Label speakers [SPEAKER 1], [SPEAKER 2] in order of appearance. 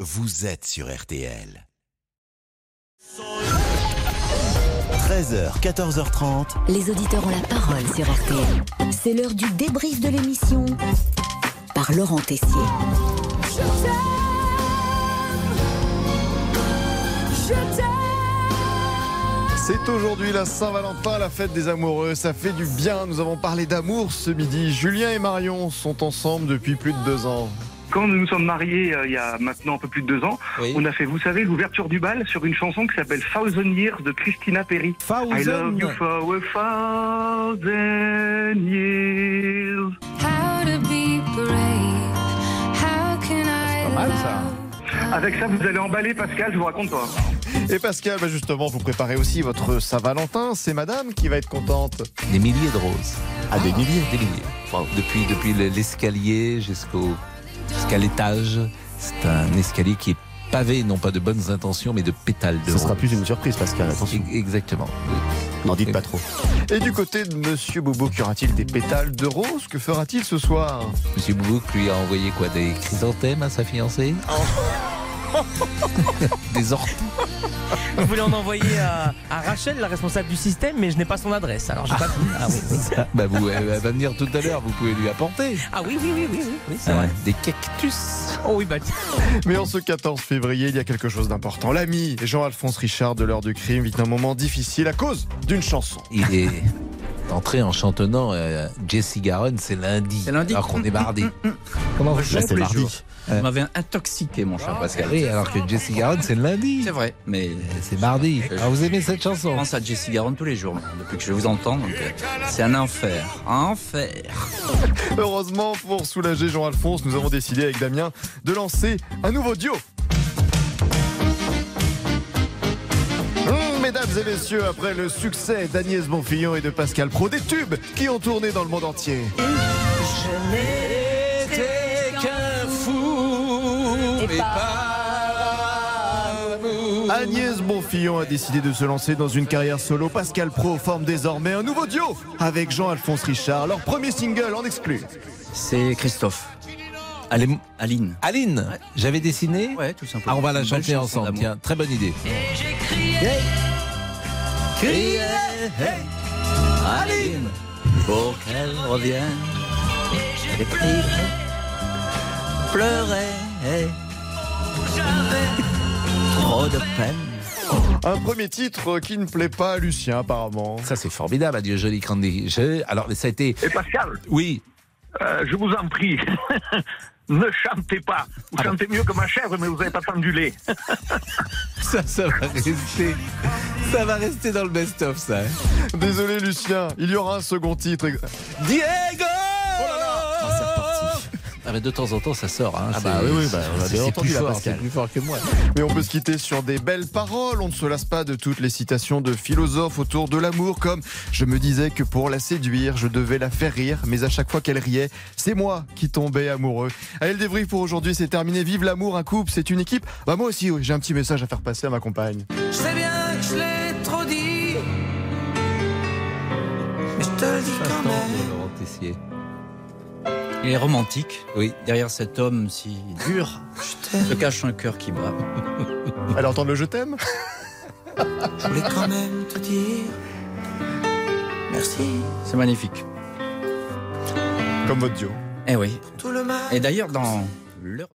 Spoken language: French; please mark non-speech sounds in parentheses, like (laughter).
[SPEAKER 1] vous êtes sur RTL. 13h, 14h30.
[SPEAKER 2] Les auditeurs ont la parole sur RTL. C'est l'heure du débrief de l'émission par Laurent Tessier.
[SPEAKER 3] C'est aujourd'hui la Saint-Valentin, la fête des amoureux. Ça fait du bien. Nous avons parlé d'amour ce midi. Julien et Marion sont ensemble depuis plus de deux ans.
[SPEAKER 4] Quand nous nous sommes mariés euh, il y a maintenant un peu plus de deux ans, on a fait, vous savez, l'ouverture du bal sur une chanson qui s'appelle Thousand Years de Christina Perry. I love you for a thousand years.
[SPEAKER 5] How to be brave? How can I love?
[SPEAKER 4] Avec ça, vous allez emballer Pascal, je vous raconte pas.
[SPEAKER 3] Et Pascal, bah justement, vous préparez aussi votre Saint-Valentin. C'est madame qui va être contente.
[SPEAKER 6] Des milliers de roses.
[SPEAKER 3] Ah, des milliers.
[SPEAKER 6] Des milliers. Enfin, depuis depuis le- l'escalier jusqu'au jusqu'à l'étage. C'est un escalier qui est pavé, non pas de bonnes intentions, mais de pétales de
[SPEAKER 7] Ce sera
[SPEAKER 6] roses.
[SPEAKER 7] plus une surprise, Pascal. Attention,
[SPEAKER 6] E- Exactement. Euh,
[SPEAKER 7] n'en dites pas trop.
[SPEAKER 3] Et du côté de Monsieur Bobo, y aura-t-il des pétales de rose Que fera-t-il ce soir
[SPEAKER 6] Monsieur Boubouk lui a envoyé quoi Des chrysanthèmes à sa
[SPEAKER 8] (laughs)
[SPEAKER 6] fiancée
[SPEAKER 8] Oh.
[SPEAKER 6] Des orties
[SPEAKER 9] Je voulais en envoyer à, à Rachel, la responsable du système, mais je n'ai pas son adresse. Alors j'ai pas pu. Ah oui, oui.
[SPEAKER 6] bah vous, Elle va venir tout à l'heure, vous pouvez lui apporter.
[SPEAKER 9] Ah oui, oui, oui, oui, oui, oui,
[SPEAKER 7] Ah
[SPEAKER 9] c'est vrai.
[SPEAKER 6] Des cactus.
[SPEAKER 9] Oh oui, bah tiens.
[SPEAKER 3] Mais en ce 14 février, il y a quelque chose d'important. L'ami Jean-Alphonse Richard de l'heure du crime vit un moment difficile à cause d'une chanson.
[SPEAKER 6] Il est entré en chantonnant euh, Jesse Garonne, c'est lundi.
[SPEAKER 8] C'est lundi. Mm,
[SPEAKER 6] Alors qu'on est mardi.
[SPEAKER 8] Comment vous
[SPEAKER 7] Là,
[SPEAKER 8] faites
[SPEAKER 7] c'est
[SPEAKER 8] tous les
[SPEAKER 7] mardi.
[SPEAKER 8] jours Vous m'avez intoxiqué, mon cher Pascal.
[SPEAKER 6] Oui, alors que Jesse Garonne, c'est lundi.
[SPEAKER 8] C'est vrai, Euh, mais
[SPEAKER 6] C'est mardi. Alors vous aimez cette
[SPEAKER 8] je
[SPEAKER 6] chanson
[SPEAKER 8] pense à Jesse Garonne tous les jours, depuis que je vous entends. donc, euh, C'est un enfer. Un enfer.
[SPEAKER 3] Heureusement, pour soulager Jean-Alphonse, nous avons décidé avec Damien de lancer un nouveau duo. Hum, Mesdames et messieurs, après le succès d'Agnès Bonfillon et de Pascal Pro, des tubes qui ont tourné dans le monde entier. Agnès Bonfillon a décidé de se lancer dans une carrière solo. Pascal Pro forme désormais un nouveau duo avec Jean-Alphonse Richard, leur premier single en exclu.
[SPEAKER 8] C'est Christophe.
[SPEAKER 6] Allez,
[SPEAKER 8] Aline.
[SPEAKER 6] Aline, j'avais dessiné.
[SPEAKER 8] Ouais, tout simplement.
[SPEAKER 6] Ah, on va la
[SPEAKER 8] Une belle
[SPEAKER 6] chanter
[SPEAKER 8] chanson
[SPEAKER 6] ensemble.
[SPEAKER 8] d'amour.
[SPEAKER 6] Tiens, très bonne idée.
[SPEAKER 8] Criez, hey, Aline, pour qu'elle revienne. Et Pleurez, hey. trop de peine.
[SPEAKER 3] Un premier titre qui ne plaît pas à Lucien apparemment.
[SPEAKER 6] Ça, c'est formidable. Adieu, joli Candy. Je- Alors, mais ça a été.
[SPEAKER 10] Et Pascal,
[SPEAKER 6] Oui.
[SPEAKER 10] euh, je vous en prie, (laughs) ne chantez pas. Vous chantez mieux que ma chèvre, mais vous n'avez pas pendulé.
[SPEAKER 6] Ça, ça va rester. Ça va rester dans le best-of, ça. hein.
[SPEAKER 3] Désolé Lucien, il y aura un second titre.
[SPEAKER 6] Diego Ah bah, de temps en temps ça sort. Hein.
[SPEAKER 7] Ah bah
[SPEAKER 6] C'est-
[SPEAKER 7] oui, oui, bah, on a
[SPEAKER 6] c'est-
[SPEAKER 7] bien
[SPEAKER 6] c'est
[SPEAKER 7] entendu
[SPEAKER 6] plus
[SPEAKER 7] la
[SPEAKER 6] fort,
[SPEAKER 7] Pascal.
[SPEAKER 6] c'est plus fort que moi.
[SPEAKER 3] Mais on peut se quitter sur des belles paroles. On ne se lasse pas de toutes les citations de philosophes autour de l'amour, comme je me disais que pour la séduire, je devais la faire rire, mais à chaque fois qu'elle riait, c'est moi qui tombais amoureux. Allez, le débrief pour aujourd'hui, c'est terminé. Vive l'amour, un couple, c'est une équipe. Bah moi aussi, oui, j'ai un petit message à faire passer à ma compagne.
[SPEAKER 9] Je sais bien que je l'ai trop dit. Mais je te le dis quand même.
[SPEAKER 6] euh, Laurent Tessier.
[SPEAKER 8] Il est romantique.
[SPEAKER 6] Oui.
[SPEAKER 8] Derrière cet homme si dur se cache un cœur qui bat.
[SPEAKER 3] Allez entendre le je t'aime (laughs)
[SPEAKER 9] Je voulais quand même te dire. Merci.
[SPEAKER 8] C'est magnifique.
[SPEAKER 3] Comme votre duo.
[SPEAKER 8] Eh oui.
[SPEAKER 9] Tout le mal.
[SPEAKER 8] Et d'ailleurs, dans leur